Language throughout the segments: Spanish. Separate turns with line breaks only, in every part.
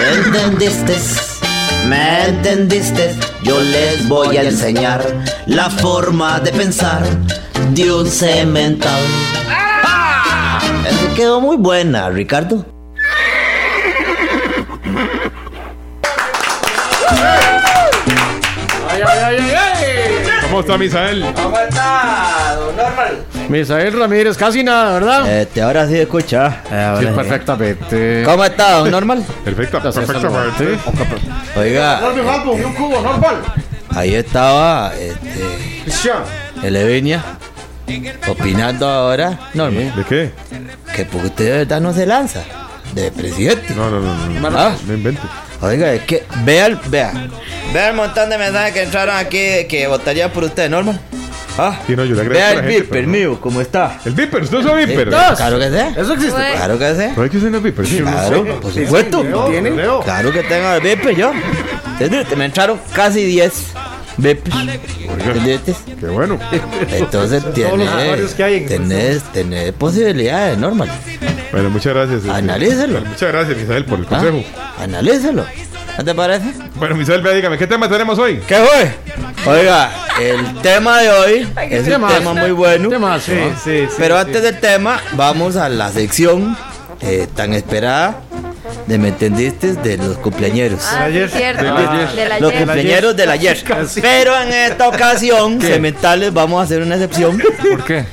¿Me entendiste? ¿Me entendiste? Yo les voy a enseñar la forma de pensar de un cemental. Eh, Quedó muy buena, Ricardo.
¿Cómo está Misael?
¿Cómo está, don Norman?
Misael Ramírez, casi nada, ¿verdad?
Eh, te ahora sí escucha. Este,
Sí, perfectamente.
¿Cómo está, don Normal?
Perfecta, perfectamente.
Oiga, eh,
Normal, Normal, un cubo, normal.
ahí estaba este,
Cristian.
Elevinia opinando ahora, Normal,
¿De qué?
que porque usted de verdad no se lanza de presidente.
No, no, no, no. No,
Ah,
no invente.
Oiga, es que vea, el- vea, vea el montón de mensajes que entraron aquí de que votaría por usted, Norman. Ah,
Sí, no, yo le agradezco
vea
a
el
la gente,
viper
pero no.
mío, cómo está.
El Viper, usted usa Viper.
Eh, Claro que sí.
Eso existe.
Bueno.
Claro que sí.
¿No hay que usar el Viper? Sí,
Claro, por supuesto.
¿Tiene?
Claro que tengo el VIP yo. ¿Entendiste? Me entraron casi 10 VIPs. ¿Entendiste?
Qué bueno.
Entonces
usuarios
tenés,
que hay en-
tenés, tenés posibilidades, Norman.
Bueno, muchas gracias. este.
Analícelo.
Muchas gracias, Misael, por el
¿Ah?
consejo.
Analízalo. ¿No te parece?
Bueno, Misael, vea, dígame, ¿qué tema tenemos hoy?
¿Qué fue? Oiga, el tema de hoy es un
Temazo.
tema muy bueno.
Temazo.
¿no?
Sí, sí,
Pero antes del tema, vamos a la sección eh, tan esperada de ¿Me entendiste? de los cumpleañeros.
Ah, sí,
ayer.
cierto.
Del ayer.
Del
Los
ayer.
cumpleañeros del ayer. Pero en esta ocasión, Cementales, vamos a hacer una excepción.
¿Por qué?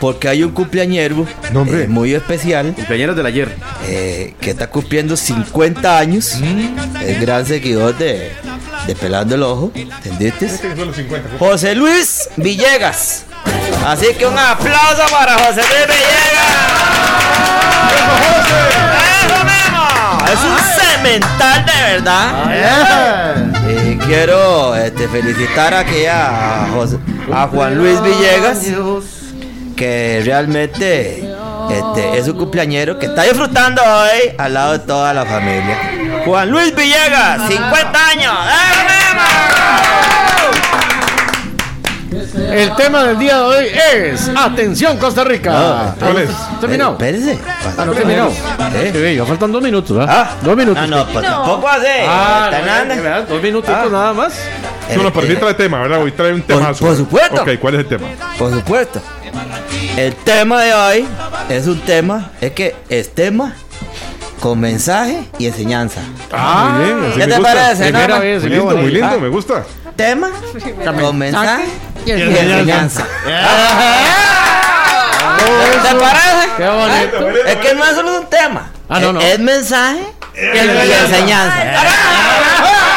Porque hay un cumpleañero
No, hombre.
eh, muy especial
Compañeros del ayer.
eh, que está cumpliendo 50 años.
Mm.
Es gran seguidor de, de Pelando el Ojo. ¿Entendiste? José Luis Villegas. Así que un aplauso para José Luis Villegas. ¡Eso mismo! Es un cemental de verdad. Eh, quiero este, felicitar aquí a, José- a Juan Luis Villegas, que realmente este, es un cumpleañero que está disfrutando hoy al lado de toda la familia. Juan Luis Villegas, 50 años. ¡Eso mismo!
El tema del día de hoy es Atención Costa Rica.
Ah,
¿cuál es?
Terminado.
Pero espérese.
Ah, no, terminado.
¿Eh?
Qué bello, faltan dos minutos,
Ah.
¿ah? Dos minutos.
No, no, pues tampoco así.
Ah,
Está
no,
nada.
¿verdad? dos minutitos
Ah.
nada más.
Eh,
No, no, pero sí
eh,
trae tema, ¿verdad? Hoy trae un tema.
por supuesto.
Ok, ¿cuál es el tema?
Por supuesto. El tema de hoy es un tema, es que es tema con mensaje y enseñanza.
Ah, muy bien. así
¿Qué
me
te
gusta.
parece,
Primera
Norman?
vez,
Muy
Muy lindo,
bonito.
muy lindo, me gusta.
Tema con mensaje y Ah, enseñanza. Ajá. ¿Te parece?
Qué bonito.
Es que no es solo un tema.
Ah, no, no.
Es, es mensaje y enseñanza.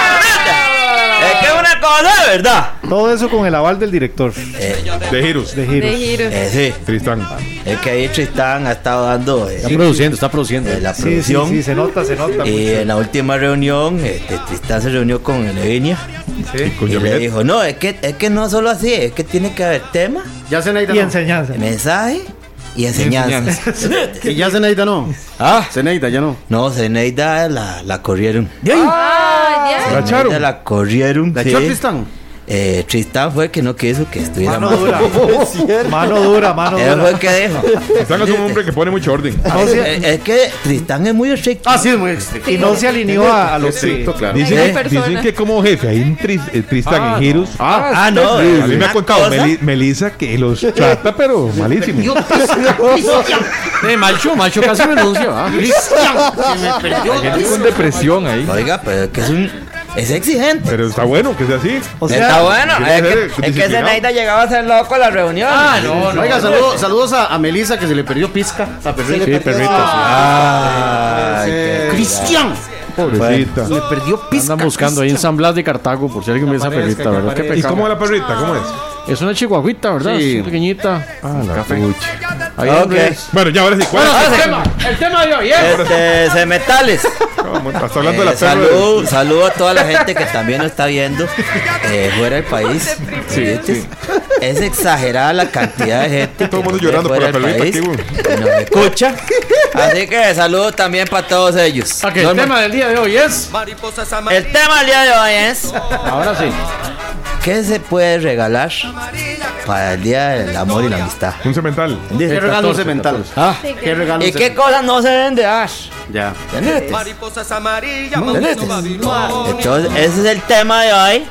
Es que es una cosa, de ¿verdad?
Todo eso con el aval del director
De Girus.
de
De
Giros.
giros.
Eh, sí.
Tristán.
Es que ahí Tristán ha estado dando eh,
Está produciendo, está produciendo.
eh, la
Sí, sí,
producción. Eh,
sí, se nota, se nota.
Y en la última reunión, este, Tristán se reunió con Elevinia
Y con
y le
Yamilet.
dijo, no, es que, es que no solo así, es que tiene que haber tema,
Ya Zenaida
Y enseñanza.
mensaje y enseñanza.
Y ya Zenaida no.
ah,
Zenaida ya no. Ah,
no, Zeneida la, la corrieron.
Ah,
Ay, ya.
La echaron.
Zeneida La corrieron.
¿La
sí.
echó Tristán?
Eh, Tristán fue el que no quiso que estuviera
Mano
más.
dura. Mano dura, mano
Él fue el
dura.
que dijo.
Tristán es un hombre que pone mucho orden.
No se-
Eh, es que Tristán es muy estricto.
Ah, sí, es muy estricto.
y no se alineó a, a los
Sí, claro.
Dicen-
Dicen,
Ay, persona. dicen
que
que
como jefe ahí en Tristán
Ah,
en eh, Girus.
Ah,
Ah, no. eh,
A mí me
una
ha contado
cosa-
Meli- Melissa que los trata, pero malísimo.
Eh, Malcho, Malcho casi renunció. ¿ah?
con depresión ahí.
Oiga, pero es que es un... Es exigente.
Pero está bueno que sea así.
O
Está
sea,
bueno,
tiene
es
que ser
que, es que
disciplinado.
Zenaida llegaba a ser loco a la reunión.
Ah, no, no.
Oiga, saludo- saludos a, a Melissa que se le perdió pizca. Ah, A Perrito.
Sí, perrito.
ah, Ay, qué-
¡Cristian!
Pobrecita.
Le perdió pizca.
Andan buscando ahí en San Blas de Cartago, por si alguien ve esa perrita, ¿verdad? Qué
¿Y
pecado. Ah.
cómo es la perrita? ¿Cómo es?
Es una chihuahuita, ¿verdad?
Sí.
Es pequeñita.
Ah, la pucha.
Ahí,
Ok.
Andrés.
Bueno, ya ahora sí. ¿cuál
Bueno,
es?
el tema, el tema de hoy, ¿eh?
Este, Cemetales.
Vamos, Estás hablando de
Eh,
la perra del-
salud, salud a toda la gente que también lo está viendo eh, fuera del país. ¿Viste? Es exagerada la cantidad de gente.
Todo el
que
mundo
nos ve
llorando por
fuera
la
del
perrita
país,
aquí,
que nos escucha. Así que saludos también para todos ellos.
Ok, el
Norman,
tema del día de hoy es.
el tema del día de hoy es
Ahora sí.
¿Qué se puede regalar para el día del amor y la amistad?
Un cemental.
¿Qué regalo cemental?
Ah,
¿Qué regalo
¿Y qué
cemental?
cosas no se deben de dar?
Ya.
Tenetes,
Mariposas amarillas,
tenetes. Entonces, ese es el tema de hoy.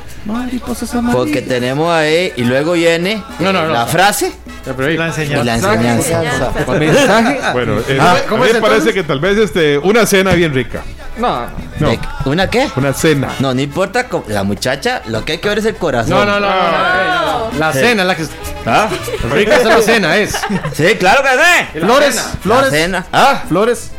Porque tenemos ahí, y luego viene eh,
No, no, no.
la frase
La
y
enseñanza.
la enseñanza.
¿Cuál mensaje?
Bueno, eh,
Ah,
a
¿cómo
mí
es
me parece que tal vez este, una cena bien rica.
No,
No,
De- ¿Una qué?
una cena.
No, no importa, co- la muchacha, lo que hay que ver es el corazón.
no, no, no. no, no, no. La cena, la que.
¿Ah?
Rica es la cena, es.
Sí, claro que sí.
Flores,
La
flores.
cena. Ah,
Flores.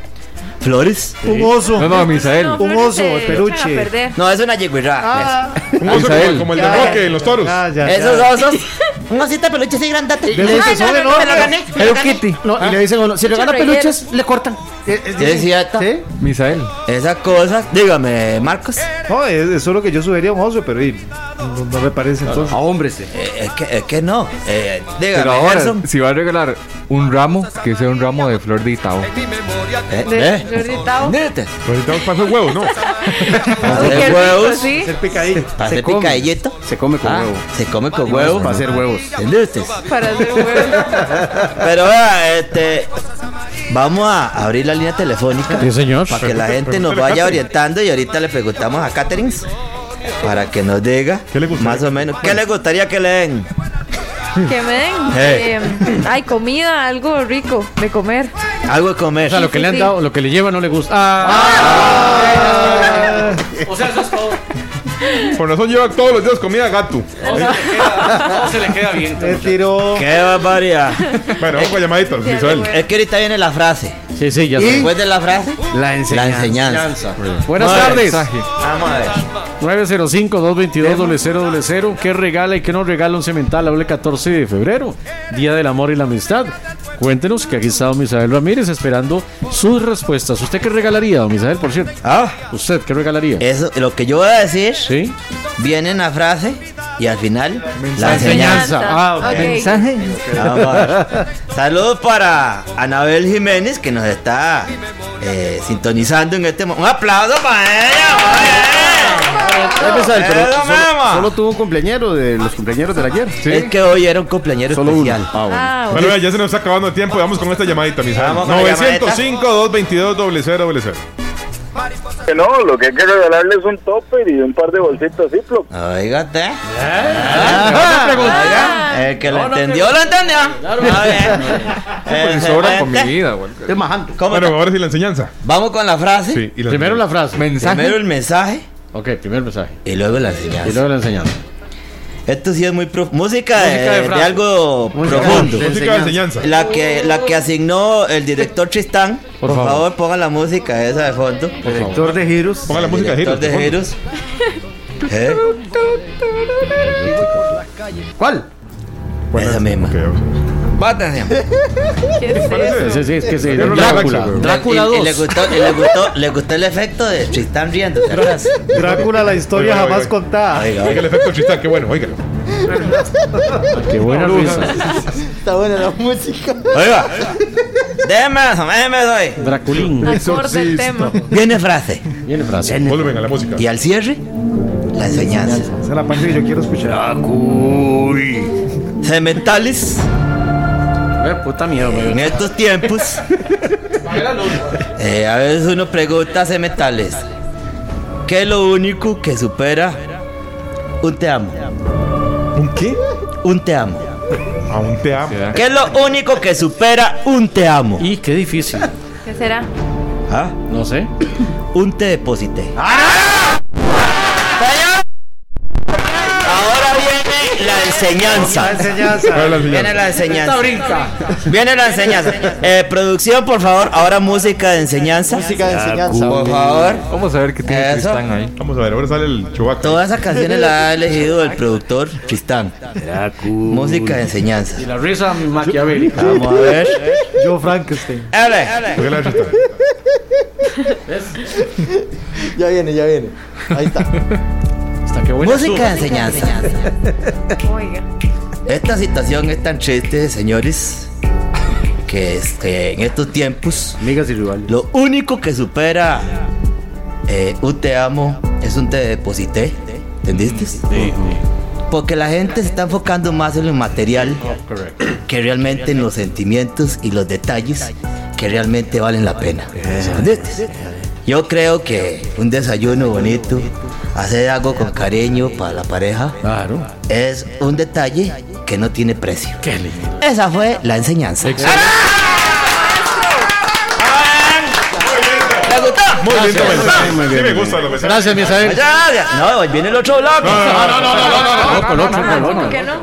flores.
Un oso.
No, no, Misael.
Un oso, peluche.
No, es una yegüirra.
Ah,
Un oso
Misael.
como, como el de
Ya,
Roque en los toros.
Ya, ya, ya.
Esos osos. Un osito de peluche así grandote.
De esos que son enormes.
Hello Kitty. No, y le dicen a uno, si regala
Chorreguero.
peluches, le cortan.
Sí, es cierto.
¿Sí?
Misael.
Esas cosas, dígame, Marcos. eh,
No, es- eso es lo que yo sugería un oso, pero y, no, no me parece entonces.
A hombre, sí.
Es que, es que no. Eh, dígame,
Pero ahora,
Gerson.
si va a regalar un ramo, que sea un ramo de flor de Itao.
Eh,
De-
eh,
Jordi Tao.
neta,
Pues Necesitamos para hacer huevos, ¿no?
hacer
Qué rico,
huevos,
sí.
Ser picadillo.
para hacer
come.
picadillito.
Se come con
Ah,
huevo.
se come con
Huevos
huevos.
para hacer huevos.
¿Entendiste?
Para hacer huevos.
Pero vea, este. Vamos a abrir la línea telefónica.
Sí, señor.
Para que la gente nos vaya orientando y ahorita le preguntamos a Catherine para que nos diga
¿Qué le gustaría?
más o menos qué le gustaría que le den.
Que me den.
Eh.
eh, ay, comida, algo rico de comer.
Algo de comer.
O sea, lo que le han dado, lo que le lleva no le gusta. Ah, O sea, eso es todo.
Por razón lleva todos los días comida gato.
No se le queda bien.
Se tiró.
¡Qué barbaridad!
Bueno, vamos con llamaditas,
Sí,
Misael.
bueno.
es que ahorita viene la frase.
Sí, sí, ya sé.
Después de la frase,
La
la
enseñanza.
enseñanza.
Buenas tardes.
Vamos a ver.
905-222-0000. ¿Qué regala y qué no regala un cemental? Hable 14 de febrero, Día del Amor y la Amistad. Cuéntenos que aquí está don Misael Ramírez esperando sus respuestas. ¿Usted qué regalaría, don Misael, por cierto?
Ah,
¿Usted qué regalaría?
eso, lo que yo voy a decir,
¿Sí?
viene en la frase y al final la
La
enseñanza.
enseñanza. Ah, ok.
Mensaje.
Vamos a ver. Saludos para Anabel Jiménez que nos está eh, sintonizando en este momento. Un aplauso para ella.
Ay, Misael, pero
Eso
solo,
mismo.
solo tuvo un cumpleañero de los cumpleaños del ayer.
muy bien. Es que hoy era un cumpleañero
Solo uno.
especial.
Ah, bueno.
Ah,
Bueno, vea, ya se nos está acabando el tiempo. Vamos con esta llamadita, Misael.
Vamos con la
905-222-0000.
No, lo que hay que regalarle es un topper y un par de bolsitas Ziploc.
Oígate.
pregunta.
Oiga, El que lo entendió, lo entendió. A ver.
Pues
Excelente.
sobra comida, güey.
Es majando.
¿Cómo
Bueno,
está?
ahora sí la enseñanza.
Vamos con la frase.
Sí, y
Primero la frase.
Mensaje.
Primero el mensaje
Ok, primer mensaje.
y luego la
Y
enseñanza.
luego la enseñanza.
Esto sí es muy prof- música, de,
Música de
de
frase.
algo profundo.
Música de enseñanza.
La que la que asignó el director Tristán. Por,
Por
favor.
favor.
pongan la música esa de fondo.
Director de giros.
Ponga la
El
música de
director
Heroes, por favor.
Heroes. ¿Eh?
¿Cuál?
Bueno,
Esa misma.
ok, vamos.
Va, atención.
¿qué es eso?
Sí, sí, es que sí.
Primero la
Drácula.
frase, güey.
Y-
Drácula
y- y le
2.
gustó, y le gustó, le gustó el efecto de Tristán riendo. ¿te acuerdas?
Drácula, la historia
Oiga, oiga,
jamás
oiga.
contada.
Oiga,
Oiga
oiga.
el efecto chistán, qué bueno, oígalo.
Qué buena risa.
Oiga. Déjeme eso, déjeme eso ahí.
Draculín.
Acorde el tema.
Viene frase.
Viene frase.
Volumen a la música.
Y al cierre, la enseñanza. Ah,
Esa es la parte que yo quiero escuchar.
Cementales.
Eh, Puta miedo, güey.
En estos tiempos, eh, a veces uno pregunta hace metales. ¿Qué es lo único que supera un te amo?
¿Un qué?
Un te amo.
Aún te amo.
¿Qué es lo único que supera un te amo?
Y qué difícil.
¿Qué será?
¿Ah?
No sé.
Un te deposité.
¡Ah!
Ahora viene la enseñanza.
La enseñanza.
Viene la enseñanza.
brinca.
Viene la enseñanza. Eh, producción, por favor, ahora música de enseñanza. Música
de enseñanza.
Por favor.
Vamos a ver qué tiene
Eso.
Tristán ahí.
Vamos a ver, ahora sale el chubaco.
Todas esas canciones las ha elegido el productor Tristán. Música de enseñanza.
Y la risa maquiavélica.
Vamos a ver.
Yo, Frankenstein.
Ale.
Ya viene, ya viene. Ahí está.
Hasta que buena
Música de
suba.
enseñanza.
Oiga.
Esta situación es tan triste, señores, que, es que en estos tiempos
Amigas y rivales.
lo único que supera eh, un te amo es un te deposité. ¿Entendiste? Porque la gente se está enfocando más en lo material
Oh,
que realmente en los sentimientos y los detalles que realmente valen la pena.
Eh,
¿Entendiste? Yo creo que un desayuno bonito, hacer algo con cariño para la pareja,
Claro.
es un detalle que no tiene precio.
Qué lindo.
Esa fue la enseñanza. ¿Te gustó?
Muy lindo
Gracias.
mensaje.
Muy bien,
Sí, me
muy bien.
gusta los mensajes.
Gracias, Misael.
Ya, ya. No, ahí viene el otro bloque.
No, no, no, no, no, no, no, no.
Otro, otro, otro,
Ah,
otro.
¿Por qué no?